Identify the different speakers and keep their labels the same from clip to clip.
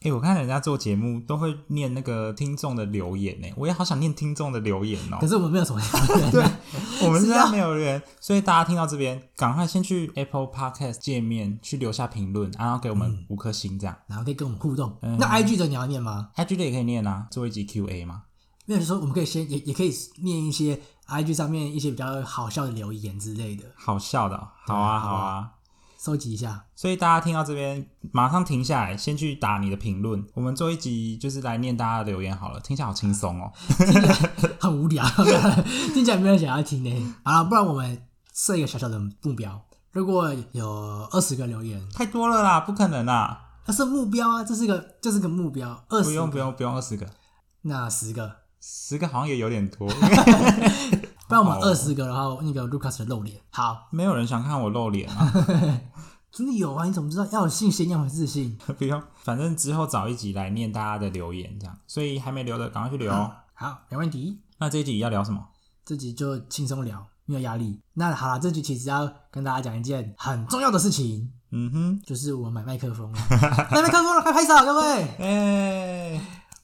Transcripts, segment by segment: Speaker 1: 哎、我看人家做节目都会念那个听众的留言呢、我也好想念听众的留言哦、
Speaker 2: 可是我们没有什么留言啊
Speaker 1: 我们现在没有留言，所以大家听到这边，赶快先去 Apple Podcast 界面去留下评论，然后给我们五颗星这样。
Speaker 2: 然后可以跟我们互动。
Speaker 1: 嗯
Speaker 2: 那 IG 的你要念吗？
Speaker 1: IG 的也可以念啊，做一集 Q&A 嘛。
Speaker 2: 没有就说我们可以先也也可以念一些 IG 上面一些比较好笑的留言之类的，
Speaker 1: 好笑的哦、好啊，好啊。
Speaker 2: 收集一 下。
Speaker 1: 所以大家听到这边，马上停下来，先去打你的评论。我们做一集就是来念大家的留言好了，听起来好轻松哦。
Speaker 2: 很无聊， 听起来没有人想要听呢。好了，不然我们设一个小小的目标，如果有二十个留言，
Speaker 1: 太多了啦，不可能啦，
Speaker 2: 那是目标啊，这是个这是个目标，二
Speaker 1: 不
Speaker 2: 十
Speaker 1: 用不用不用二十个，
Speaker 2: 那十个，
Speaker 1: 十个好像也有点多。
Speaker 2: 不然我们
Speaker 1: 好哦
Speaker 2: 二十个，然后那个 Lucas 的露脸。好，
Speaker 1: 没有人想看我露脸啊，
Speaker 2: 真的有啊？你怎么知道？要有信心，要有自信。
Speaker 1: 不用，反正之后找一集来念大家的留言这样。所以还没留的，赶快去留哦。
Speaker 2: 好，没问题。
Speaker 1: 那这一集要聊什么？
Speaker 2: 这集就轻松聊，没有压力。那好了，这集其实要跟大家讲一件很重要的事情，
Speaker 1: 嗯哼，
Speaker 2: 就是我买麦克风了，买麦克风了，快拍手，各位！
Speaker 1: 哎、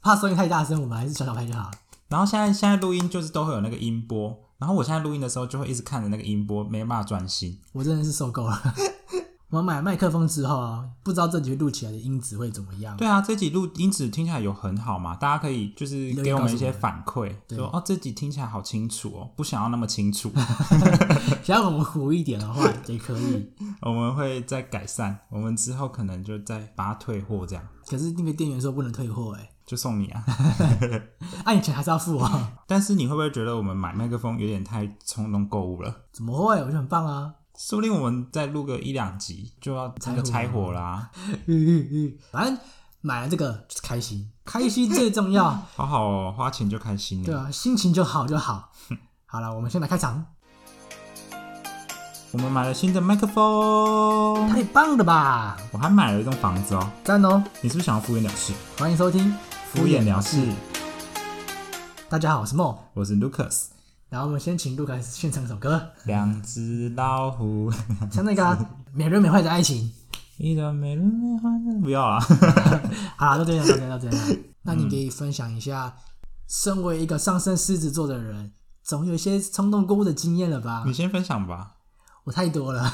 Speaker 2: 怕声音太大声，我们还是小小拍就好。
Speaker 1: 然后现在现在录音就是都会有那个音波，然后我现在录音的时候就会一直看着那个音波，没办法专心。
Speaker 2: 我真的是受够了。 我买麦克风之后啊，不知道这集录起来的音质会怎么样。
Speaker 1: 对啊，这集录音质听起来有很好嘛，大家可以就是给我们一些反馈，
Speaker 2: 留言告诉我们
Speaker 1: 说哦这集听起来好清楚哦，不想要那么清楚，
Speaker 2: 想要我们糊一点的话也可以，
Speaker 1: 我们会再改善，我们之后可能就再把它退货这样，
Speaker 2: 可是那个店员说不能退货、欸，
Speaker 1: 就送你啊。
Speaker 2: 哎，按以前还是要付哦。
Speaker 1: 但是你会不会觉得我们买麦克风有点太冲动购物了？
Speaker 2: 怎么会？我觉得很棒啊。
Speaker 1: 说不定我们再录个一两集就要那个拆伙啦，
Speaker 2: 嗯嗯嗯，反正买了这个就是开心，开心最重要。
Speaker 1: 好好哦，花钱就开心
Speaker 2: 对
Speaker 1: 了。
Speaker 2: 啊，心情就好就好。好了，我们先来开场，
Speaker 1: 我们买了新的麦克风，
Speaker 2: 太棒了吧？
Speaker 1: 我还买了一栋房子哦。
Speaker 2: 赞哦！
Speaker 1: 你是不是想要敷衍了事？
Speaker 2: 欢迎收听，
Speaker 1: 敷衍了事，
Speaker 2: 嗯大家好，我是梦。
Speaker 1: 我是 Lucas。
Speaker 2: 然后我们先请 Lucas 献唱一首歌，
Speaker 1: 两只老虎，
Speaker 2: 像那个啊、美轮美奂的爱情。
Speaker 1: 一朵美轮美奂的不要啊！
Speaker 2: 好，到这边，到这边，到这
Speaker 1: 嗯
Speaker 2: 边。那你可以分享一下，身为一个上升狮子座的人，总有一些冲动购物的经验了吧
Speaker 1: 你？先分享吧。
Speaker 2: 我太多了，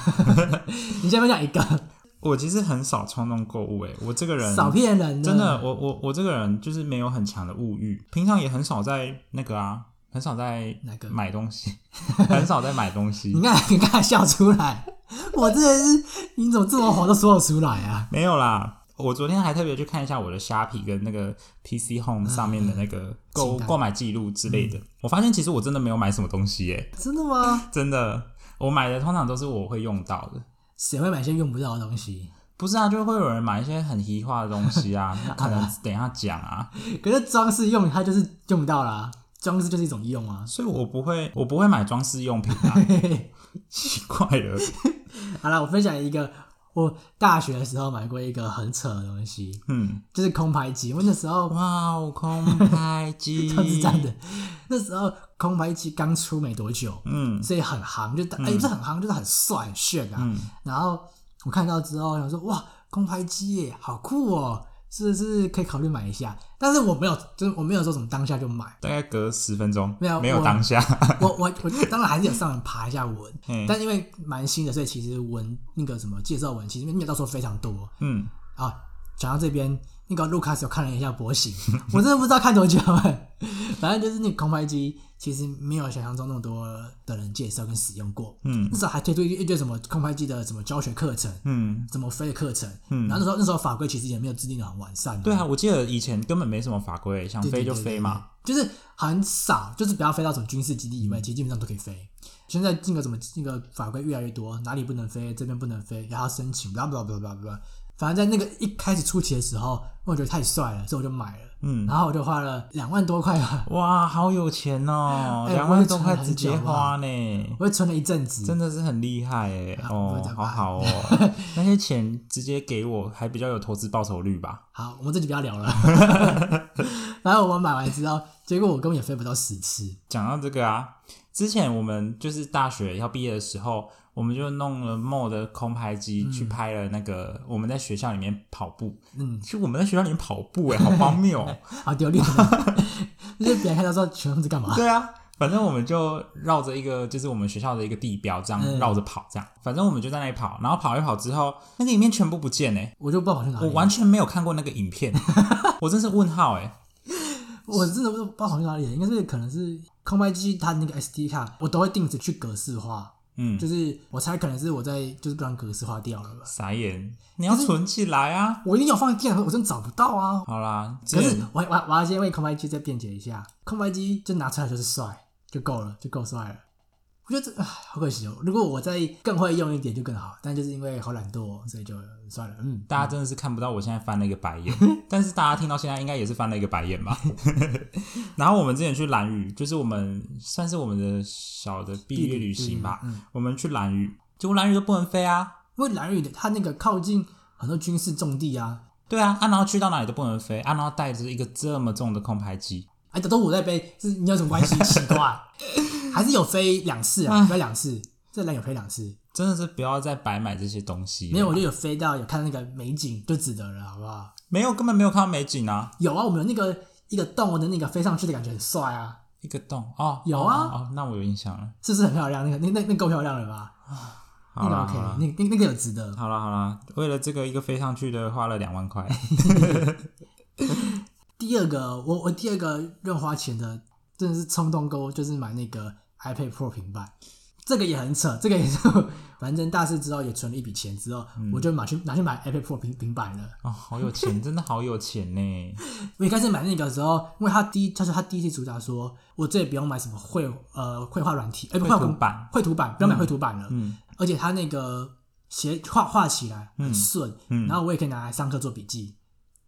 Speaker 2: 你先分享一个，
Speaker 1: 我其实很少冲动购物，欸诶，我这个人
Speaker 2: 少骗人
Speaker 1: 嗯真的，我我我这个人就是没有很强的物欲，平常也很少在那个啊，很少在
Speaker 2: 哪个嗯
Speaker 1: 买东西， 很少在买东
Speaker 2: 你
Speaker 1: 西。
Speaker 2: 看，你看，笑出来，我真的是，你怎么这么好都说得出来啊？
Speaker 1: 没有啦，我昨天还特别去看一下我的虾皮跟那个 PC Home 上面的那个购
Speaker 2: 嗯清单嗯
Speaker 1: 购买记录之类的，我发现其实我真的没有买什么东西耶、
Speaker 2: 真的吗？
Speaker 1: 真的，我买的通常都是我会用到的。
Speaker 2: 谁会买些用不到的东西？
Speaker 1: 不是啊，就会有人买一些很奇化的东西 啊，那可能
Speaker 2: 嗯
Speaker 1: 等一下讲啊，
Speaker 2: 可是装饰用它就是用不到啦，装饰就是一种用啊。
Speaker 1: 所以我不会，我不会买装饰用品 啊，奇怪了，
Speaker 2: 好了，我分享一个，我大学的时候买过一个很扯的东西，
Speaker 1: 嗯，
Speaker 2: 就是空拍机。我那时候
Speaker 1: 哇，空拍 机，
Speaker 2: 超智障的。那时候空白机刚出没多久，
Speaker 1: 嗯
Speaker 2: 所以很行，就哎、不是很行，就是很帅很炫啊。
Speaker 1: 嗯
Speaker 2: 然后我看到之后想说，哇，空拍机耶，好酷哦，是不是可以考虑买一下？但是我没有，就是我没有说什么当下就买，
Speaker 1: 大概隔十分钟，
Speaker 2: 没有
Speaker 1: 没有
Speaker 2: 我
Speaker 1: 当下，
Speaker 2: 我我我当然还是有上网爬一下文
Speaker 1: 嗯，
Speaker 2: 但因为蛮新的，所以其实文那个什么介绍文其实没有到说非常多
Speaker 1: 嗯，
Speaker 2: 啊。讲到这边，那个卢卡斯有看了一下 波形，我真的不知道看多久哎、反正就是那个空拍机，其实没有想象中那么多的人介绍跟使用过。
Speaker 1: 嗯
Speaker 2: 那时候还推出一堆什么空拍机的什么教学课程，
Speaker 1: 嗯，
Speaker 2: 怎么飞的课程。
Speaker 1: 嗯
Speaker 2: 然后那时候那时候法规其实也没有制定的很完善、
Speaker 1: 对啊，我记得以前根本没什么法规，想
Speaker 2: 对，
Speaker 1: 飞
Speaker 2: 对
Speaker 1: 就飞嘛，，
Speaker 2: 对对对就是很少，就是不要飞到什么军事基地以外，其实基本上都可以飞。现在那个什么那个法规越来越多，哪里不能飞，这边不能飞，然后申请，blah blah blah blah blah。反正在那个一开始初期的时候，我觉得太帅了，所以我就买了。
Speaker 1: 嗯
Speaker 2: 然后我就花了两万多块吧，
Speaker 1: 哇，好有钱哦，
Speaker 2: 哎
Speaker 1: 两
Speaker 2: 我
Speaker 1: 万
Speaker 2: 也
Speaker 1: 多
Speaker 2: 存
Speaker 1: 块
Speaker 2: 了
Speaker 1: 直
Speaker 2: 很久
Speaker 1: 接
Speaker 2: 啊
Speaker 1: 花呢。
Speaker 2: 我就存了一阵子。
Speaker 1: 真的是很厉害哎、
Speaker 2: 啊不会
Speaker 1: 哦，
Speaker 2: 讲
Speaker 1: 好
Speaker 2: 吧
Speaker 1: 好哦， 那些钱直接给我，还比较有投资报酬率吧？
Speaker 2: 好，我们这集不要聊 了。然后我们买完之后，结果我根本也飞不到十次，
Speaker 1: 讲到这个啊，之前我们就是大学要毕业的时候，我们就弄了 MO 的空拍机去拍了那个我们在学校里面跑步。
Speaker 2: 嗯，
Speaker 1: 其实我们在学校里面跑步、欸，哎，好荒谬、 哦。
Speaker 2: 好丢脸哦， 就是别人看到说全部在干嘛？
Speaker 1: 对啊，反正我们就绕着一个，就是我们学校的一个地标，这样
Speaker 2: 嗯
Speaker 1: 绕着跑，这样。反正我们就在那里跑，然后跑一跑之后，那个影片全部不见哎、
Speaker 2: 我就不知道跑去哪里
Speaker 1: 我
Speaker 2: 了，
Speaker 1: 完全没有看过那个影片， 我真是问号哎、
Speaker 2: 我真的不知道跑去哪里了，应该是可能是空白机它那个 SD 卡，我都会定时去格式化，
Speaker 1: 嗯
Speaker 2: 就，是我猜可能是我在就是不然格式化掉了吧，
Speaker 1: 傻眼，你要存起来啊！
Speaker 2: 我一定有放电脑，我真的找不到啊。
Speaker 1: 好啦，
Speaker 2: 可
Speaker 1: 之
Speaker 2: 是
Speaker 1: 前
Speaker 2: 我我我要先为空白机再辩解一下，空白机就拿出来就是帅就够了，就够帅了。我觉得这唉好可惜哦，如果我再更会用一点就更好，但就是因为好懒惰哦、所以就算了。嗯，
Speaker 1: 大家真的是看不到我现在翻了一个白眼， 但是大家听到现在应该也是翻了一个白眼吧。 然后我们之前去兰屿，就是我们算是我们的小的毕业旅行吧，
Speaker 2: 嗯，
Speaker 1: 我们去兰屿，结果兰屿都不能飞啊。
Speaker 2: 因为蓝屿的它那个靠近很多军事重地啊，
Speaker 1: 对啊，啊，然后去到哪里都不能飞，啊，然后带着一个这么重的空拍机，
Speaker 2: 哎，都我在飞，是你有什么 关系？奇怪，还是有飞两次啊，飞两次，这蓝有飞两次，
Speaker 1: 真的是不要再白买这些东西了。
Speaker 2: 没有我就有飞到有看那个美景就值得了，好不好？
Speaker 1: 没有，根本没有看到美景啊，
Speaker 2: 有啊，我们有那个一个洞的那个飞上去的感觉很帅啊，
Speaker 1: 一个洞哦，
Speaker 2: 有啊
Speaker 1: 哦，哦那我有印象了。
Speaker 2: 是不是很漂亮？那个那那那够漂亮了吧？那
Speaker 1: 好
Speaker 2: 个
Speaker 1: 啦
Speaker 2: OK，
Speaker 1: 好啦
Speaker 2: 那那那个有值得。
Speaker 1: 好啦好啦，为了这个一个飞上去的花了两万块，
Speaker 2: 第二个，我我第二个乱花钱的真的是冲动购物，就是买那个 iPad Pro 平板，这个也很扯，这个也是 我反正大四之后也存了一笔钱之后，
Speaker 1: 嗯
Speaker 2: 我就拿去拿去买 iPad Pro 平平板了。
Speaker 1: 哦，好有钱，真的好有钱呢。
Speaker 2: 我一开始买那个时候，因为他第一，他说他第一次主打说，我这也不用买什么绘呃绘画软体，哎、不
Speaker 1: 绘
Speaker 2: 画
Speaker 1: 图板，
Speaker 2: 绘图板不要买绘图板了，
Speaker 1: 嗯
Speaker 2: 而且它那个写画画起来很顺，
Speaker 1: 嗯
Speaker 2: 然后我也可以拿来上课做笔记。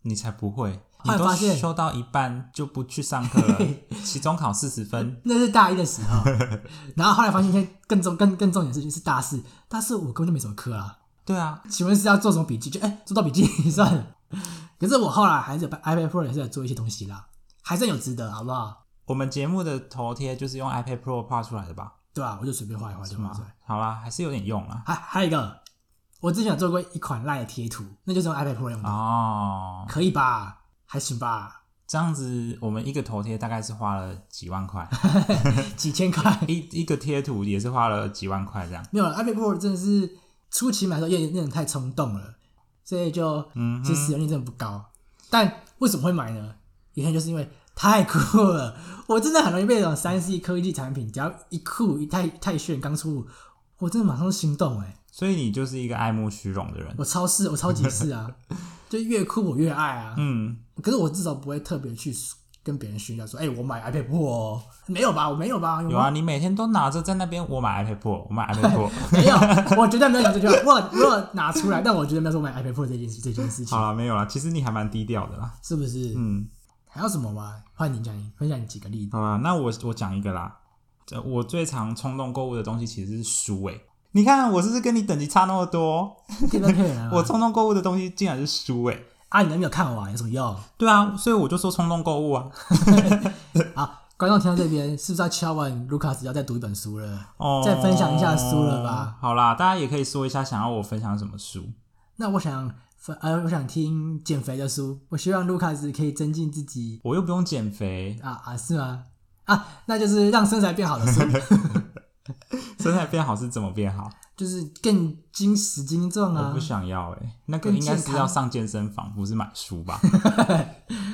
Speaker 1: 你才不会，
Speaker 2: 后
Speaker 1: 你
Speaker 2: 来
Speaker 1: 都
Speaker 2: 发现
Speaker 1: 修到一半就不去上课 了，期中考四十分，
Speaker 2: 那是大一的时 候，然后后来发现一件更重、更更重点的事情是大四，大四我根本就没什么课啊。
Speaker 1: 对啊，
Speaker 2: 请问是要做什么笔记？就哎、做到笔记 算了。可是我后来还是有 iPad Pro 也是有做一些东西啦，还是有值得，好不好？
Speaker 1: 我们节目的头贴就是用 iPad Pro 画出来的吧？
Speaker 2: 对吧、我就随便画一画就是画出来
Speaker 1: 吗。？好啦，还是有点用啦。
Speaker 2: 还啊还有一个，我之前有做过一款赖的贴图，那就是用 iPad Pro 用的，
Speaker 1: 哦，
Speaker 2: 可以吧？还行吧？
Speaker 1: 这样子我们一个头贴大概是花了几万 块，
Speaker 2: 几千块
Speaker 1: 一一个贴图也是花了几万块这样。
Speaker 2: 没有了。iPad Pro 真的是初期买的时候有点有点太冲动了，所以就
Speaker 1: 嗯
Speaker 2: 其实使用率真的不高。但为什么会买呢？原因就是因为太酷了，我真的很容易被这种三 C 科技产品，只要一酷一太太炫刚出，我真的马上心动哎、
Speaker 1: 所以你就是一个爱慕虚荣的人。
Speaker 2: 我超市我超级是啊， 就越酷我越爱啊。
Speaker 1: 嗯，
Speaker 2: 可是我至少不会特别去跟别人炫耀说，哎、我买 iPad Pro 哦，没有吧？我没有吧？有
Speaker 1: 有
Speaker 2: 吗？
Speaker 1: 啊，你每天都拿着在那边，我买 iPad Pro，我买 iPad Pro。
Speaker 2: 没有，我绝对没有讲这句话。我我有拿出来，但我绝对没有说买 iPad Pro 这件事这件事情
Speaker 1: 好，了，没有啦，其实你还蛮低调的啦。
Speaker 2: 是不是？
Speaker 1: 嗯，
Speaker 2: 还有什么吗？换你讲，分享你几个 例子。
Speaker 1: 好啦，那我我讲一个啦。这我最常冲动购物的东西其实是书诶、你看我是不是跟你等级差那么多？
Speaker 2: 可以不可以来吗
Speaker 1: 我冲动购物的东西竟然是书诶、
Speaker 2: 啊，你都没有看完，有什么用？
Speaker 1: 对啊，所以我就说冲动购物啊。
Speaker 2: 好，观众听到这边，是不是要敲完卢卡斯要再读一本书了？
Speaker 1: 哦，
Speaker 2: 再分享一下书了吧？
Speaker 1: 好啦，大家也可以说一下想要我分享什么书。
Speaker 2: 那我想分，呃，我想听减肥的书。我希望卢卡斯可以增进自己
Speaker 1: 我又不用减肥，
Speaker 2: 啊啊，是吗？啊，那就是让身材变好的书，
Speaker 1: 身材变好是怎么变 好？
Speaker 2: 就是更精实精壮
Speaker 1: 我
Speaker 2: 啊
Speaker 1: 不。想要哎、那个
Speaker 2: 更
Speaker 1: 应该
Speaker 2: 健
Speaker 1: 是
Speaker 2: 康
Speaker 1: 要上健身房，不是买书吧？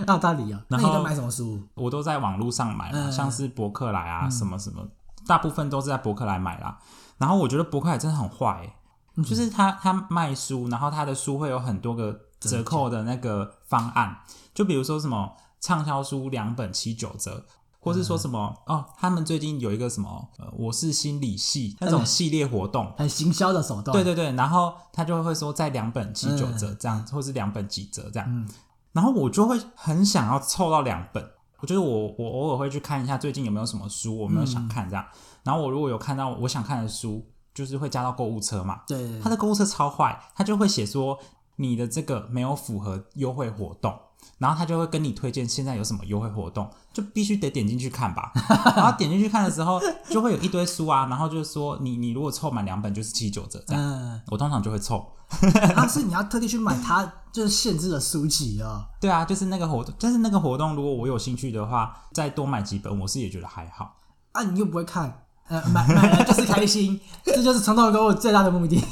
Speaker 2: 那有道理啊。那
Speaker 1: 然
Speaker 2: 你
Speaker 1: 后
Speaker 2: 都买什么书？
Speaker 1: 我都在网络上买嘛，
Speaker 2: 嗯
Speaker 1: 像是博客来啊、什么什么，大部分都是在博客来买啦。然后我觉得博客来真的很坏、欸，就是他他卖书，然后他的书会有很多个折扣的那个方案，就比如说什么畅销书两本七九折。或是说什么、哦，他们最近有一个什么呃，我是心理系那种系列活动，
Speaker 2: 很行销的手段。
Speaker 1: 对对对，然后他就会说在两本七九折这样，或是两本几折这样，
Speaker 2: 嗯
Speaker 1: 然后我就会很想要凑到两本。我觉得我我偶尔会去看一下最近有没有什么书我没有想看这
Speaker 2: 嗯
Speaker 1: 样，然后我如果有看到我想看的书，就是会加到购物车嘛。
Speaker 2: 对对
Speaker 1: 他
Speaker 2: 对，
Speaker 1: 的购物车超坏，他就会写说你的这个没有符合优惠活动，然后他就会跟你推荐现在有什么优惠活动，就必须得点进去看 吧。然后点进去看的时候，就会有一堆书啊，然后就是说你你如果凑满两本就是七九折这样。
Speaker 2: 嗯，
Speaker 1: 我通常就会凑，
Speaker 2: 啊，是你要特地去买它就是限制的书籍哦。
Speaker 1: 对啊，就是那个活动，但是那个活动如果我有兴趣的话，再多买几本，我是也觉得还好。
Speaker 2: 啊，你又不会看，呃，买买来就是开心， 这就是从头到尾最大的目的。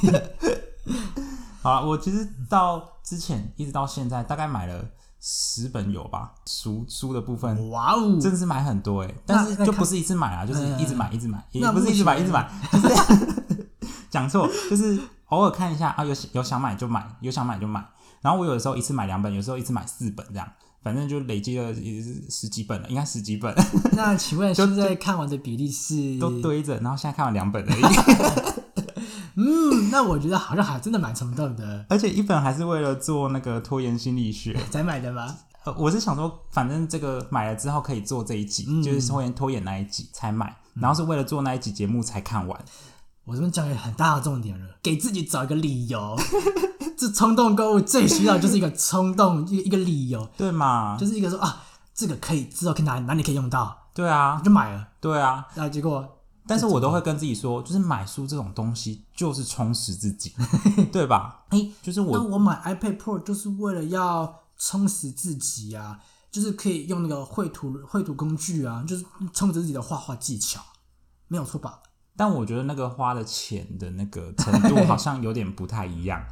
Speaker 1: 好啦我其实到之前一直到现在，大概买了十本有吧，书书的部分
Speaker 2: 哇哦！
Speaker 1: 真的是买很多哎、但是
Speaker 2: 那嗯
Speaker 1: 就不是一次买啊，就是一直买一直买，也
Speaker 2: 那
Speaker 1: 不是一直
Speaker 2: 目
Speaker 1: 买
Speaker 2: 前
Speaker 1: 一直 买，就是 讲错，就是偶尔看一下啊，有有想买就买，有想买就买。然后我有的时候一次买两本，有时候一次买四本这样，反正就累积了也是十几本了，应该十几本
Speaker 2: 那请问现在看完的比例是？
Speaker 1: 都堆着，然后现在看完两本而已，
Speaker 2: 嗯，那我觉得好像还真的蛮冲动的，
Speaker 1: 而且一本还是为了做那个拖延心理 学。
Speaker 2: 才买的吗？
Speaker 1: 呃，我是想说，反正这个买了之后可以做这一集，就是拖延拖延那一集才买，然后是为了做那一集节目才看完。
Speaker 2: 我这边讲一个很大的重点了，给自己找一个理 由。这冲动购物最需要就是一个冲动，一个一个理由，
Speaker 1: 对嘛？
Speaker 2: 就是一个说啊，这个可以之后可以哪哪里可以用到，
Speaker 1: 对啊
Speaker 2: 我，就买了。
Speaker 1: 对啊。
Speaker 2: 然后结果
Speaker 1: 但是我都会跟自己说，就是买书这种东西就是充实自 己，对吧？哎、就是
Speaker 2: 那
Speaker 1: 我
Speaker 2: 我买 iPad Pro 就是为了要充实自己啊，就是可以用那个绘图绘图工具啊，就是充实自己的画画技巧，没有错吧？
Speaker 1: 但我觉得那个花的钱的那个程度好像有点不太一样。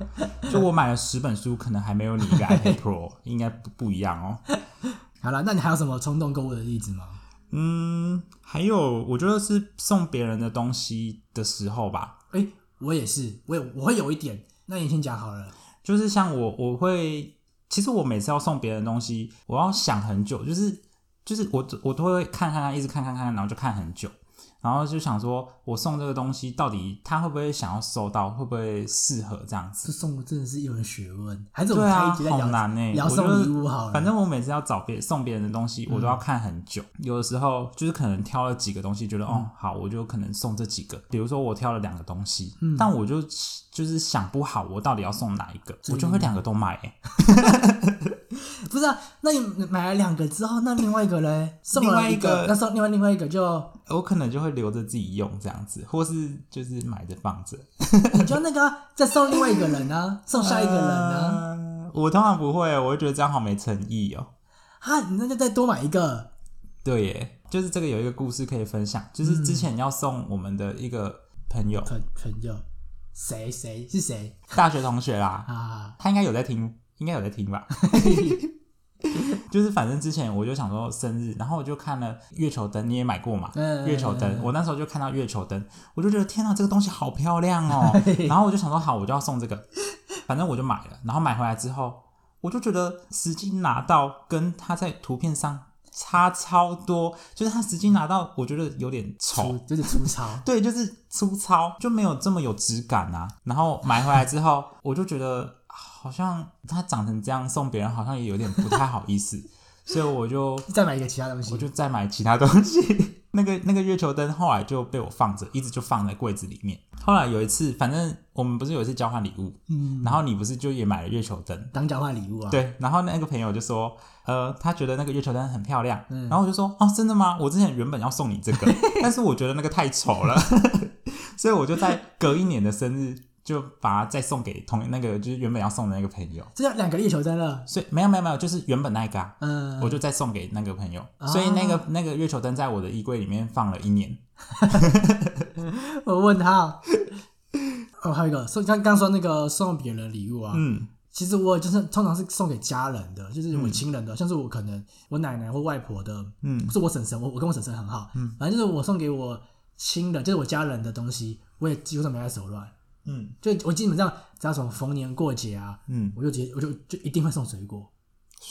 Speaker 1: 就我买了十本书，可能还没有你一个 iPad Pro 应该不不一样哦。
Speaker 2: 好了，那你还有什么冲动购物的例子吗？
Speaker 1: 嗯，还有我觉得是送别人的东西的时候吧，
Speaker 2: 哎、我也是，我有我会有一点，那你先讲好了。
Speaker 1: 就是像我我会，其实我每次要送别人的东西，我要想很久，就是就是我我都会看看看，一直看看看，然后就看很久。然后就想说，我送这个东西到底他会不会想要收到，会不会适合这样子？
Speaker 2: 这送真的是一门学问，还是我
Speaker 1: 对
Speaker 2: 们开
Speaker 1: 啊，
Speaker 2: 一集在
Speaker 1: 好
Speaker 2: 聊、
Speaker 1: 难呢、
Speaker 2: 聊
Speaker 1: 我觉
Speaker 2: 送
Speaker 1: 得
Speaker 2: 礼物好了。
Speaker 1: 反正我每次要找别送别人的东西，我都要
Speaker 2: 嗯
Speaker 1: 看很久。有的时候就是可能挑了几个东西，觉得、
Speaker 2: 嗯
Speaker 1: 哦好，我就可能送这几个。比如说我挑了两个东西，
Speaker 2: 嗯
Speaker 1: 但我就就是想不好我到底要送哪一个，我就会两个都买、欸。
Speaker 2: 不是啊，那你买了两个之后，那另外一个嘞，送了
Speaker 1: 另外一
Speaker 2: 一
Speaker 1: 个
Speaker 2: 那送另外另外一个就
Speaker 1: 我可能就会留着自己用这样子，或是就是买着放着。
Speaker 2: 你就那个啊、再送另外一个人啊，送下一个人啊，
Speaker 1: 呃我通常不会，我会觉得这样好没诚意哦。
Speaker 2: 啊，你那就再多买一个，
Speaker 1: 对耶，就是这个有一个故事可以分享，
Speaker 2: 嗯
Speaker 1: 就是之前要送我们的一个朋友，
Speaker 2: 朋朋友，谁谁是谁
Speaker 1: 大学同学啦，
Speaker 2: 啊？
Speaker 1: 他应该有在听，应该有在听吧。 就是反正之前我就想说生日，然后我就看了月球灯，你也买过嘛？
Speaker 2: 嗯
Speaker 1: 月球灯，我那时候就看到月球灯，我就觉得天哪，这个东西好漂亮哦。然后我就想说好，我就要送这个，反正我就买了。然后买回来之后，我就觉得实际拿到跟它在图片上差超多，就是它实际拿到，我觉得有点丑，
Speaker 2: 出，就是吐槽
Speaker 1: 对，就是粗糙，就没有这么有质感啊。然后买回来之后，我就觉得好像它长成这样送别人，好像也有点不太好意思，所以我就
Speaker 2: 再买一个其他东西
Speaker 1: 我。就再买其他东西。那个那个月球灯后来就被我放着，一直就放在柜子里面。后来有一次，反正我们不是有一次交换礼物，
Speaker 2: 嗯，
Speaker 1: 然后你不是就也买了月球灯，
Speaker 2: 当交换礼物啊，，
Speaker 1: 对，然后那个朋友就说，呃，他觉得那个月球灯很漂亮，
Speaker 2: 嗯
Speaker 1: 然后我就说，哦，真的吗？我之前原本要送你这 个，但是我觉得那个太丑了， 所以我就在隔一年的生日就把它再送给同那个就是原本要送的那个朋友，
Speaker 2: 这叫两个月球灯了。
Speaker 1: 所以没有没有没有，就是原本那一个、啊，
Speaker 2: 嗯，
Speaker 1: 我就再送给那个朋友，所以那个那个月球灯在我的衣柜里面放了一年，
Speaker 2: 我问他，哦，还有一个送，刚刚说那个送别人的礼物啊，
Speaker 1: 嗯
Speaker 2: 其实我就是通常是送给家人的，就是我亲人的，像是我可能我奶奶或外婆的，
Speaker 1: 嗯
Speaker 2: 是我婶婶，我我跟我婶婶很好，嗯，反正就是我送给我亲人，就是我家人的东西，我也几乎都没在手软，
Speaker 1: 嗯
Speaker 2: 就我基本上只要什么逢年过节啊，
Speaker 1: 嗯，
Speaker 2: 我就直接我就就一定会送水果，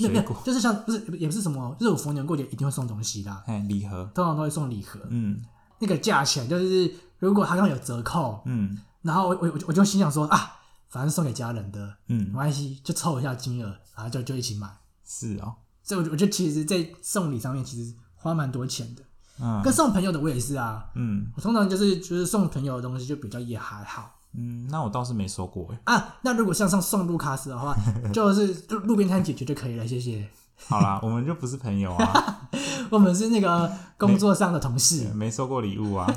Speaker 2: 没有没
Speaker 1: 水
Speaker 2: 有
Speaker 1: 果，，
Speaker 2: 就是像不是也不是什么，就是我逢年过节一定会送东西的啊，
Speaker 1: 哎，礼盒，
Speaker 2: 通常都会送礼盒，
Speaker 1: 嗯
Speaker 2: 那个价钱就是如果它刚好有折扣，
Speaker 1: 嗯
Speaker 2: 然后我我我就我就心想说啊，反正送给家人的，没
Speaker 1: 嗯，
Speaker 2: 关系，就凑一下金额，然后就就一起买。
Speaker 1: 是哦，
Speaker 2: 所以我就我就其实，在送礼上面其实花蛮多钱的，
Speaker 1: 嗯
Speaker 2: 跟送朋友的我也是啊。
Speaker 1: 嗯
Speaker 2: 我通常就是就是送朋友的东西就比较也还好，
Speaker 1: 嗯，那我倒是没收过哎。
Speaker 2: 啊，那如果像上送路卡斯的话， 就是路路边摊解决就可以了，谢谢。
Speaker 1: 好啦，我们就不是朋友啊，
Speaker 2: 我们是那个工作上的 同事。
Speaker 1: 没收过礼物啊。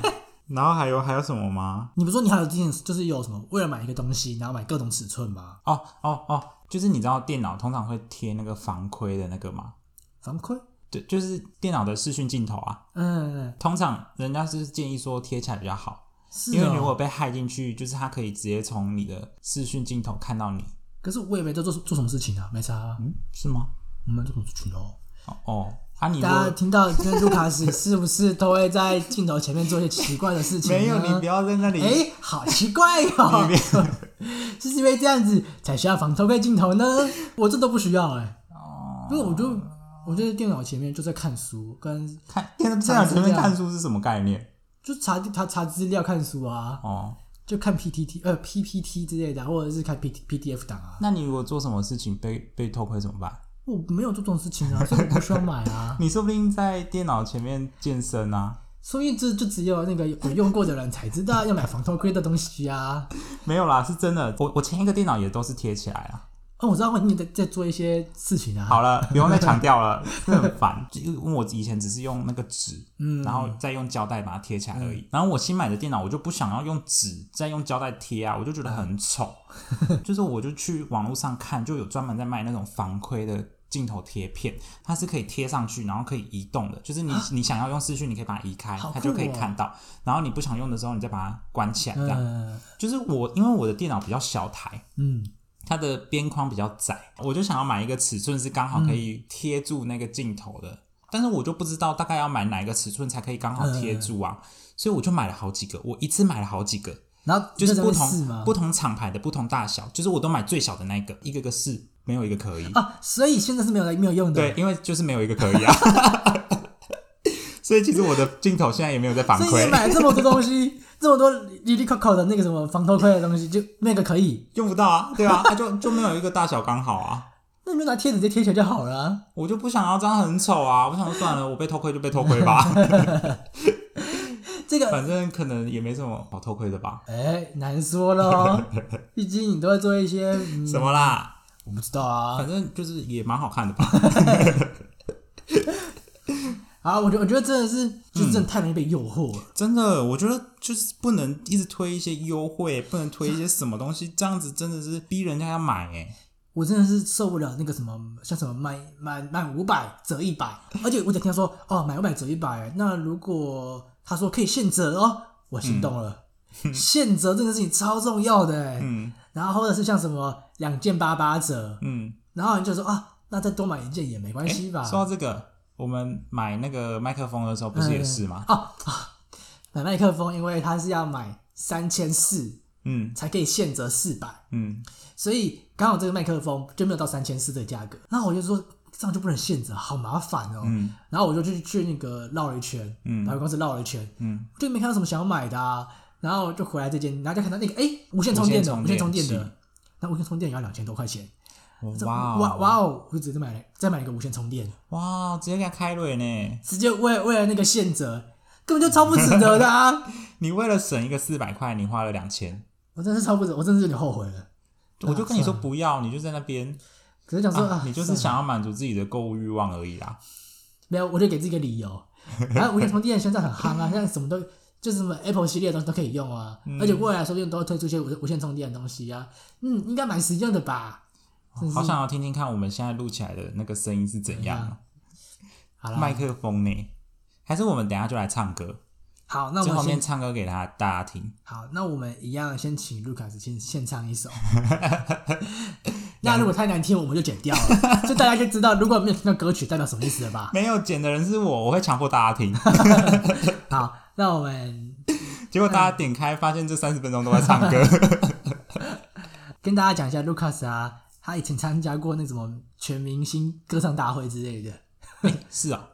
Speaker 1: 然后还有还有什么吗？
Speaker 2: 你不说你还有之前就是有什么为了买一个东西，然后买各种尺寸吗？
Speaker 1: 哦哦哦，就是你知道电脑通常会贴那个防窥的那个吗？
Speaker 2: 反馈？
Speaker 1: 对，就是电脑的视讯镜头啊，
Speaker 2: 嗯，
Speaker 1: 通常人家是建议说贴起来比较好，
Speaker 2: 是、哦。
Speaker 1: 因为如果被害进去，就是它可以直接从你的视讯镜头看到你，
Speaker 2: 可是我也没在做做什么事情啊，没啥、啊，
Speaker 1: 嗯，是吗？
Speaker 2: 我没做什么事情哦。
Speaker 1: 哦哦，啊你如
Speaker 2: 大家
Speaker 1: 果
Speaker 2: 听到这路卡斯是不是都会在镜头前面做一些奇怪的事情呢？
Speaker 1: 没有，你不要在那里，
Speaker 2: 哎，好奇怪哦！是因为这样子才需要防偷窥镜头呢？我这都不需要哎、
Speaker 1: 哦，
Speaker 2: 因为我就我就在电脑前面就在看书，跟
Speaker 1: 看电电脑前面看书是什么概念？
Speaker 2: 就查查查资料看书啊，
Speaker 1: 哦，
Speaker 2: 就看 PPT 呃 PPT 之类的，或者是看 P PDF 档啊。
Speaker 1: 那你如果做什么事情被被偷窥怎么办？。
Speaker 2: 我没有做这种事情啊，所以我不需要买啊
Speaker 1: 你说不定在电脑前面健身啊？
Speaker 2: 所以这就只有那个有用过的人才知道要买防偷窥的东西啊。
Speaker 1: 没有啦，是真的。我我前一个电脑也都是贴起来啊。
Speaker 2: 哦，我知道你在在做一些事情啊。
Speaker 1: 好 了，不用再强调了，真的很烦。就因为我以前只是用那个纸，
Speaker 2: 嗯
Speaker 1: 然后再用胶带把它贴起来而已。然后我新买的电脑，我就不想要用纸再用胶带贴啊，我就觉得
Speaker 2: 嗯
Speaker 1: 很丑。就是我就去网络上看，就有专门在卖那种防窥的。镜头贴片，它是可以贴上去，然后可以移动的。就是 你你想要用视讯，你可以把它移开，
Speaker 2: 好酷
Speaker 1: 它就可以
Speaker 2: 哦
Speaker 1: 看到。然后你不想用的时候，你再把它关起来。这样，
Speaker 2: 嗯
Speaker 1: 就是我因为我的电脑比较小台，
Speaker 2: 嗯，
Speaker 1: 它的边框比较窄，我就想要买一个尺寸是刚好可以贴住那个镜头的，但是我就不知道大概要买哪一个尺寸才可以刚好贴住啊，
Speaker 2: 嗯
Speaker 1: 所以我就买了好几个，我一次买了好几个，
Speaker 2: 然后
Speaker 1: 就是不
Speaker 2: 是
Speaker 1: 同
Speaker 2: 吗？
Speaker 1: 不同厂牌的不同大小，就是我都买最小的那一个，一个个试，没有一个可以，
Speaker 2: 啊，所以现在是没有来没有用的。
Speaker 1: 对，因为就是没有一个可以啊，所以其实我的镜头现在也没有在反
Speaker 2: 所以你
Speaker 1: 馈，
Speaker 2: 买了这么多东西，这么多里里扣扣的那个什么防偷窥的东西，就那个可以，
Speaker 1: 用不到啊，对啊，它就就没有一个大小刚好啊。
Speaker 2: 那你就拿贴纸直接贴起来就好了啊、
Speaker 1: 我就不想要这样很丑啊！我想说算了，我被偷窥就被偷窥吧。
Speaker 2: 这个
Speaker 1: 反正可能也没什么好偷窥的吧？
Speaker 2: 哎，难 说喽，毕竟你都会做一些，嗯、
Speaker 1: 什么啦？
Speaker 2: 我不知道啊。
Speaker 1: 反正就是也蛮好看的吧？
Speaker 2: 啊，我觉得我觉得真的是，就是真的太容易被诱惑了。
Speaker 1: 真的，我觉得就是不能一直推一些优惠，不能推一些什么东西，这样子真的是逼人家要买哎、
Speaker 2: 我真的是受不了那个什么，像什么买买买五百折一百，而且我只听到说哦，买五百折一百，那如果他说可以现折哦，我心动了。 现折这件事情超重要的欸，
Speaker 1: 嗯
Speaker 2: 然后或者是像什么两件八八折，
Speaker 1: 嗯，
Speaker 2: 然后你就说啊，那再多买一件也没关系吧。
Speaker 1: 欸说到这个，我们买那个麦克风的时候不是也是吗？
Speaker 2: 哦啊，买麦克风，因为它是要买三千四
Speaker 1: 嗯
Speaker 2: 才可以现折四百，
Speaker 1: 嗯，
Speaker 2: 所以刚好这个麦克风就没有到三千四的价格。那我就说这样就不能现折，好麻烦哦。
Speaker 1: 嗯
Speaker 2: 然后我就去去那个绕了一圈，
Speaker 1: 嗯
Speaker 2: 百货公司绕了一圈，
Speaker 1: 嗯，
Speaker 2: 就没看到什么想要买的、啊。然后就回来这间，然后就看到那个哎、无线充电的，
Speaker 1: 无线充电
Speaker 2: 无线充电的
Speaker 1: 是，
Speaker 2: 那无线充电也要两千多块钱。
Speaker 1: 哇
Speaker 2: 哇
Speaker 1: 哦
Speaker 2: 哇哦！我只是买了再买一个无线充电，
Speaker 1: 哇哦，直接给他开瑞呢！
Speaker 2: 直接为为了那个现折，根本就超不值得的啊！
Speaker 1: 你为了省一个四百块，你花了两千，
Speaker 2: 我真的是超不值，我真的是有点后悔了。
Speaker 1: 我就跟你说不要，你就在那边。
Speaker 2: 可是想说，
Speaker 1: 啊
Speaker 2: 啊、
Speaker 1: 你就是
Speaker 2: 算了
Speaker 1: 想要满足自己的购物欲望而已啦。
Speaker 2: 没有，我就给自己一个理 由。然后无线充电现在很夯啊，现在什么都就是什么 Apple 系列的东西都可以用啊，
Speaker 1: 嗯
Speaker 2: 而且未来说不定都会推出一些无无线充电的东西啊。嗯，应该蛮实用的吧？真是
Speaker 1: 好想要听听看我们现在录起来的那个声音是怎样，
Speaker 2: 好
Speaker 1: 麦
Speaker 2: 啦，
Speaker 1: 克风呢？还是我们等一下就来唱歌，
Speaker 2: 好，那
Speaker 1: 最
Speaker 2: 我
Speaker 1: 后
Speaker 2: 们
Speaker 1: 面
Speaker 2: 先
Speaker 1: 唱歌给他大家听。
Speaker 2: 好，那我们一样先请卢卡斯先献 唱一首。那如果太难听，我们就剪掉了， 就大家就知道如果没有听到歌曲代表什么意思了吧？
Speaker 1: 没有剪的人是我，我会强迫大家 听。
Speaker 2: 好，那我们
Speaker 1: 结果大家点开发现这三十分钟都在唱歌。
Speaker 2: 嗯跟大家讲一下 Lucas 啊，他以前参加过那什么全明星歌唱大会之类的。
Speaker 1: 是啊、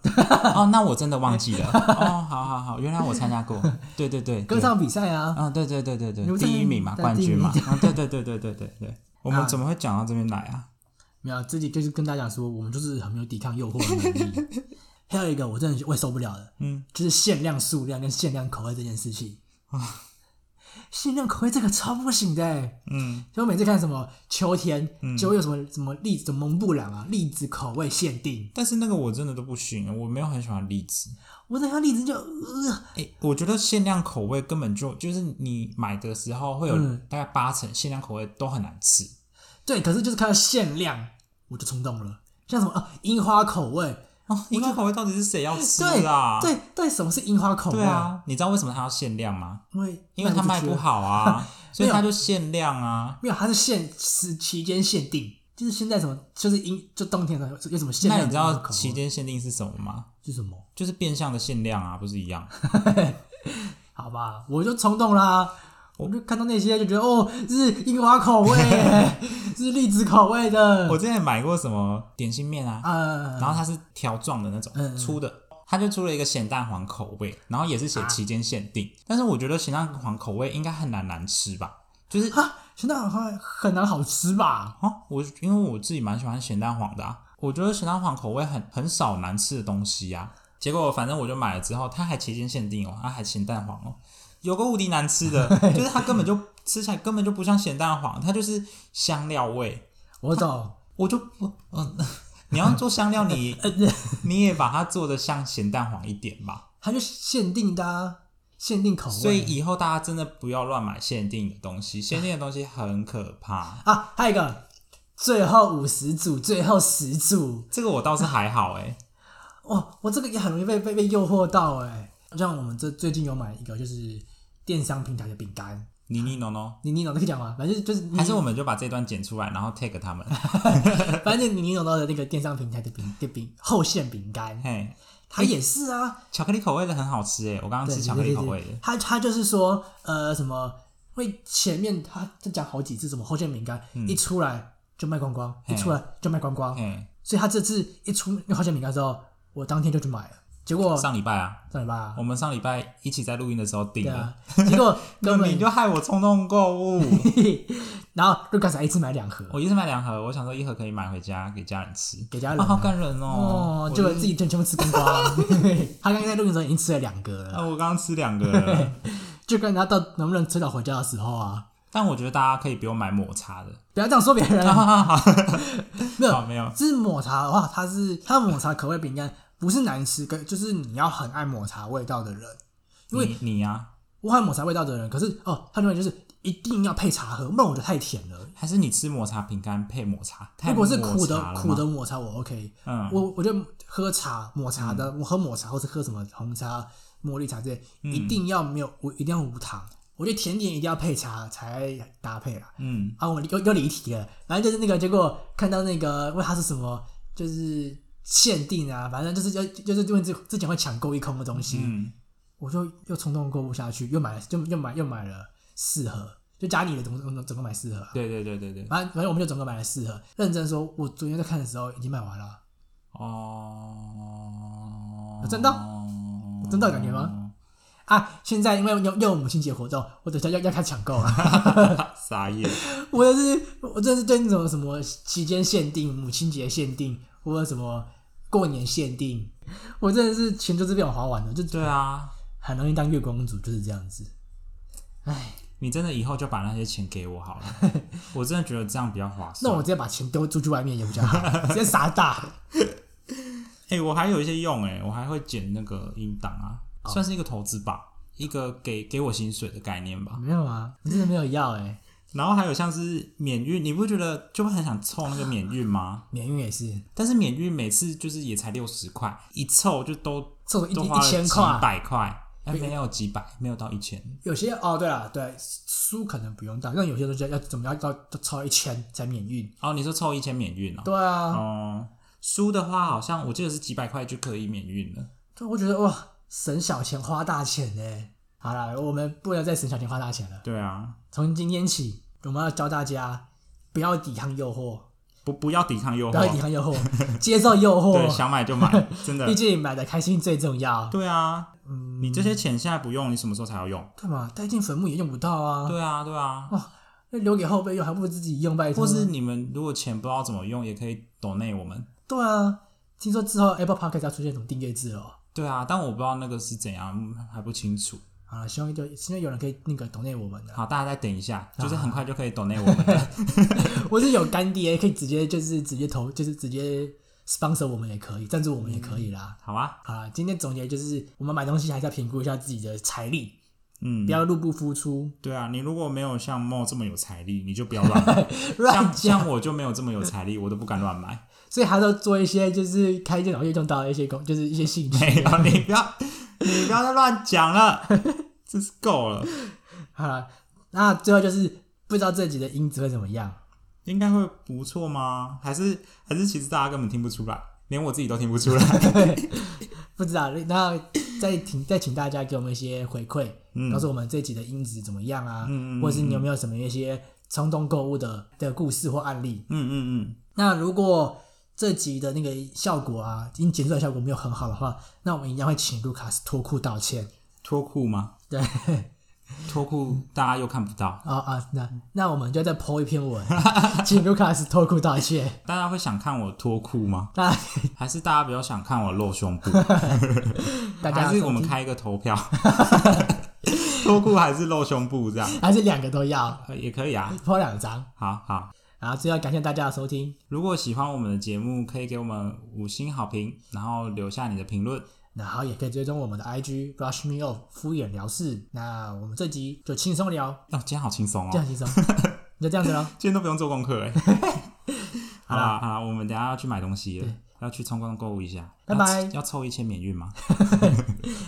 Speaker 1: 哦，那我真的忘记了。哦，好好好，原来我参加过。对对对，
Speaker 2: 歌
Speaker 1: 对
Speaker 2: 唱比赛啊，
Speaker 1: 啊，对对对对对
Speaker 2: 你，不是
Speaker 1: 第一名嘛，
Speaker 2: 在
Speaker 1: 冠军嘛
Speaker 2: 第。嗯
Speaker 1: 啊，对对对对对对 对，我们怎么会讲到这边来啊？
Speaker 2: 没有，自己就是跟大家讲说，我们就是很没有抵抗诱惑的能力。 还有一个我真的我也受不了的，
Speaker 1: 嗯，啊
Speaker 2: 就是限量数量跟限量口味这件事情。信任口味这个超不行的、欸，
Speaker 1: 嗯，
Speaker 2: 所以我每次看什么秋天就会有什么什么栗子蒙布朗啊，栗子口味限定，
Speaker 1: 但是那个我真的都不行，我没有很喜欢栗子。
Speaker 2: 我等看到栗子就呃，
Speaker 1: 哎、我觉得限量口味根本就就是你买的时候会有
Speaker 2: 嗯
Speaker 1: 大概八成限量口味都很难吃。
Speaker 2: 对，可是就是看到限量我就冲动了，像什么啊樱花口味，
Speaker 1: 哦，樱花口味到底是谁要吃
Speaker 2: 对
Speaker 1: 啊？
Speaker 2: 对对，哦什么是樱花口味
Speaker 1: 对？啊，你知道为什么它要限量吗？
Speaker 2: 因为
Speaker 1: 因为它卖
Speaker 2: 出
Speaker 1: 不
Speaker 2: 去了，
Speaker 1: 好啊， 所以
Speaker 2: 没有
Speaker 1: 它就限量啊。
Speaker 2: 没有，它是限时期间限定，就是现在什么就是樱就冬天的有有什么限
Speaker 1: 那
Speaker 2: 量
Speaker 1: 你
Speaker 2: 的
Speaker 1: 知
Speaker 2: 樱花
Speaker 1: 道
Speaker 2: 口味？
Speaker 1: 期间限定是什么吗？
Speaker 2: 是什么？
Speaker 1: 就是变相的限量啊，不是一 样？
Speaker 2: 嗯好吧，我就冲动啦，我就看到那些就觉得哦，是樱花口 味耶，是栗子口味的，
Speaker 1: 我之前买过什么点心面啊，
Speaker 2: 呃，
Speaker 1: 然后它是条状的那种
Speaker 2: 嗯嗯
Speaker 1: 粗的，它就出了一个咸蛋黄口味，然后也是写
Speaker 2: 啊
Speaker 1: 期间限定，但是我觉得咸蛋黄口味应该很难难吃吧？就是
Speaker 2: 哈，咸蛋黄很难好吃吧？
Speaker 1: 哦，我因为我自己蛮喜欢咸蛋黄的、啊，我觉得咸蛋黄口味很很少难吃的东西呀、啊。结果反正我就买了之后，它还期间限定哦，它还咸蛋黄哦，有个无敌难吃的，就是它根本就吃起来根本就不像咸蛋黄，它就是香料味。
Speaker 2: 我懂，
Speaker 1: 我就不嗯， 你要做香料你，你也把它做的像咸蛋黄一点吧。
Speaker 2: 它就限定的、啊，限定口味，
Speaker 1: 所以以后大家真的不要乱买限定的东西，限定的东西很可怕。
Speaker 2: 啊，还有一个最后五十组，最后十组，
Speaker 1: 这个我倒是还好哎、
Speaker 2: 哦，我这个也很容易被被被诱惑到哎。像我们这最近有买一个就是电商平台的饼干，
Speaker 1: 你你侬侬，
Speaker 2: 你你懂那个讲吗？反正就是就是
Speaker 1: 还是我们就把这段剪出来，然后 tag 他们。
Speaker 2: 反正你你懂到的那个电商平台的饼的饼厚馅饼干，
Speaker 1: 嘿，
Speaker 2: 它也是啊，
Speaker 1: 巧克力口味的很好吃哎，我刚刚
Speaker 2: 对，
Speaker 1: 吃
Speaker 2: 对
Speaker 1: 巧克力
Speaker 2: 对
Speaker 1: 口
Speaker 2: 对
Speaker 1: 味的。
Speaker 2: 它它就是说呃什么会前面它它讲好几次什么厚馅饼干、一出来就卖光光，一
Speaker 1: 嗯嘿
Speaker 2: 出来就卖光光，
Speaker 1: 嘿，
Speaker 2: 所以它这次一出那个厚馅饼干之后，我当天就去买了，结果
Speaker 1: 上礼拜啊，
Speaker 2: 上礼拜啊
Speaker 1: 我们上礼拜一起在录音的时候订
Speaker 2: 对
Speaker 1: 的，
Speaker 2: 啊，结 果根
Speaker 1: 你
Speaker 2: 本
Speaker 1: 就害我冲动购物。
Speaker 2: 然后就刚才一次买两盒，
Speaker 1: 我一次买两盒，我想说一盒可以买回家给家人吃。
Speaker 2: 给家
Speaker 1: 啊，
Speaker 2: 人
Speaker 1: 好感人哦！
Speaker 2: 哦
Speaker 1: 我，
Speaker 2: 结果自己全全部吃光 光。他刚刚在录音的时候已经吃了两个了，
Speaker 1: 啊，我刚刚吃两个 了，
Speaker 2: 就跟他到能不能吃到回家的时候啊，
Speaker 1: 但我觉得大家可以不用买抹茶 的。
Speaker 2: 不要这样说别人
Speaker 1: 哦
Speaker 2: 啊。没
Speaker 1: 好，
Speaker 2: 有，
Speaker 1: 没有，
Speaker 2: 是抹茶的话，它是它抹茶口味饼干不是难吃，跟就是你要很爱抹茶味道的人。因为
Speaker 1: 你你啊呀、
Speaker 2: 我很爱抹茶味道的人，可是哦，他认为就是一定要配茶喝，不然我觉得太甜了。
Speaker 1: 还是你吃抹茶饼干配抹茶？太
Speaker 2: 如果是
Speaker 1: 抹
Speaker 2: 苦的
Speaker 1: 茶了
Speaker 2: 苦的
Speaker 1: 吗，
Speaker 2: 抹茶，我 OK。
Speaker 1: 嗯，
Speaker 2: 我我觉得喝茶抹茶的，我喝抹茶或是喝什么红茶、茉莉茶这些，
Speaker 1: 嗯
Speaker 2: 一定要没有，我一定要无糖。我觉得甜点一定要配茶才搭配啦。
Speaker 1: 嗯，
Speaker 2: 啊，我们又又离题了，反正就是那个结果看到那个问它是什么，就是限定啊，反正就是要就是问之之前会抢购一空的东西，
Speaker 1: 嗯，
Speaker 2: 我就又冲动购物下去，又买了，就又买又买了四盒，就家里的总总总共买四盒、啊。
Speaker 1: 对对对对对，
Speaker 2: 反正反正我们就总共买了四盒。认真说，我昨天在看的时候已经卖完了。啊
Speaker 1: 哦，
Speaker 2: 有赚到有赚到感觉吗？啊，现在因为又又有母亲节活动，我等一下要要开始抢购啊！
Speaker 1: 傻眼，
Speaker 2: 我也是，我真的是对那种什么期间限定、母亲节限定，或者什么过年限定，我真的是钱就是被我花完了，就
Speaker 1: 对啊，
Speaker 2: 很容易当月光族，就是这样子。唉，
Speaker 1: 你真的以后就把那些钱给我 好了，我真的觉得这样比较划
Speaker 2: 那
Speaker 1: 算。
Speaker 2: 我直接把钱丢出去外面也比较 好，直接撒大。
Speaker 1: 哎、我还有一些用哎、我还会剪那个音档啊，
Speaker 2: 哦
Speaker 1: 算是一个投资吧，一个给给我薪水的概念吧。
Speaker 2: 没有啊，你真的没有要哎、
Speaker 1: 然后还有像是免运，你不觉得就会很想凑那个免运 吗？
Speaker 2: 免运也是，
Speaker 1: 但是免运每次就是也才六十块，一凑就都
Speaker 2: 这种一
Speaker 1: 都花
Speaker 2: 一
Speaker 1: 了
Speaker 2: 千
Speaker 1: 几
Speaker 2: 块，
Speaker 1: 百块，哎，没有几百，没有到一千。
Speaker 2: 有些哦，对了，对书可能不用到，但有些东西要要怎么要到到超一千才免运。
Speaker 1: 哦，你说凑一千免运哦？
Speaker 2: 对啊，
Speaker 1: 哦，书的话好像我记得是几百块就可以免运了。
Speaker 2: 对，啊我觉得哇，省小钱花大钱呢。好啦，我们不能再省小钱花大钱了。
Speaker 1: 对啊，
Speaker 2: 从今天起，我们要教大家不要抵抗诱惑，
Speaker 1: 不不要抵抗诱
Speaker 2: 不要抵
Speaker 1: 惑，
Speaker 2: 抗诱惑， 接受诱
Speaker 1: 对，
Speaker 2: 惑。
Speaker 1: 想买就 买，真的
Speaker 2: 毕。竟买的开心最重要，
Speaker 1: 对啊，你这些钱现在不用，你什么时候才要用？
Speaker 2: 对嘛？带进坟墓也用不到啊，
Speaker 1: 对啊，对啊。
Speaker 2: 那留给后辈用，还不如自己用，拜托。
Speaker 1: 或是你们如果钱不知道怎么用，也可以 donate 我们。
Speaker 2: 对啊，听说之后 Apple Podcast 要出现什么订阅制了哦，
Speaker 1: 对啊，但我不知道那个是怎样，还不清楚。
Speaker 2: 好了，希望有希望有人可以那个 donate 我们啊 的，
Speaker 1: 好，大家再等一下，就是很快就可以 donate 我们 的。
Speaker 2: 或是有干爹可以直接就是直接投，就是直接 sponsor 我们也可以，赞助我们也可以啦。
Speaker 1: 好啊，
Speaker 2: 好了，今天总结就是，我们买东西还是要评估一下自己的财力，
Speaker 1: 嗯
Speaker 2: 不，要入不敷出，
Speaker 1: 对啊，你如果没有像茂这么有财力，你就不要 乱买。
Speaker 2: 乱
Speaker 1: 像
Speaker 2: 讲。
Speaker 1: 像我就没有这么有财力，我都不敢乱买。
Speaker 2: 所以还是要做一些就是开电脑运动到的一些工，就是一些兴 趣。
Speaker 1: 没有，你不要，你不要再乱讲了， 真是够了。
Speaker 2: 好了，那最后就是不知道这集的音质会怎么样。
Speaker 1: 应该会不错吗？还是还是其实大家根本听不出来，连我自己都听不出 来。
Speaker 2: 不知道，那再请再请大家给我们一些回馈，
Speaker 1: 嗯
Speaker 2: 告诉我们这集的音质怎么样啊，
Speaker 1: 嗯嗯嗯
Speaker 2: 或者是你有没有什么一些冲动购物的的故事或案例？
Speaker 1: 嗯嗯嗯，
Speaker 2: 那如果这集的那个效果啊，音剪出来效果没有很好的话，那我们一样会请卢卡斯脱裤道歉。
Speaker 1: 脱裤吗？
Speaker 2: 对，
Speaker 1: 脱裤大家又看不到，
Speaker 2: 啊啊，那那我们就再 po 一篇文， 请卢卡斯脱裤道歉。
Speaker 1: 大家会想看我脱裤吗？
Speaker 2: 那
Speaker 1: 还是大家比较想看我露胸部？
Speaker 2: 大家
Speaker 1: 还是我们开一个投票， 脱裤还是露胸部这样
Speaker 2: 还是两个都要
Speaker 1: 呃也可以啊。
Speaker 2: po 两张。
Speaker 1: 好好，
Speaker 2: 然后最后感谢大家的收听，
Speaker 1: 如果喜欢我们的节目，可以给我们五星好评，然后留下你的评论。
Speaker 2: 然后也可以追踪我们的 IG brush me off 敷衍了事。那我们这集就轻松聊，
Speaker 1: 哦，今天好轻松
Speaker 2: 这
Speaker 1: 哦，
Speaker 2: 样 轻松，就这样子喽。
Speaker 1: 今天都不用做功 课哎。好啦好啦，我们等一下要去买东西了
Speaker 2: 对，
Speaker 1: 要去冲动购物一下。
Speaker 2: 拜
Speaker 1: 要
Speaker 2: 拜
Speaker 1: 要凑一千免运吗？啊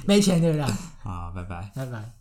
Speaker 2: 没钱对不对？
Speaker 1: 好，拜拜。
Speaker 2: 拜拜。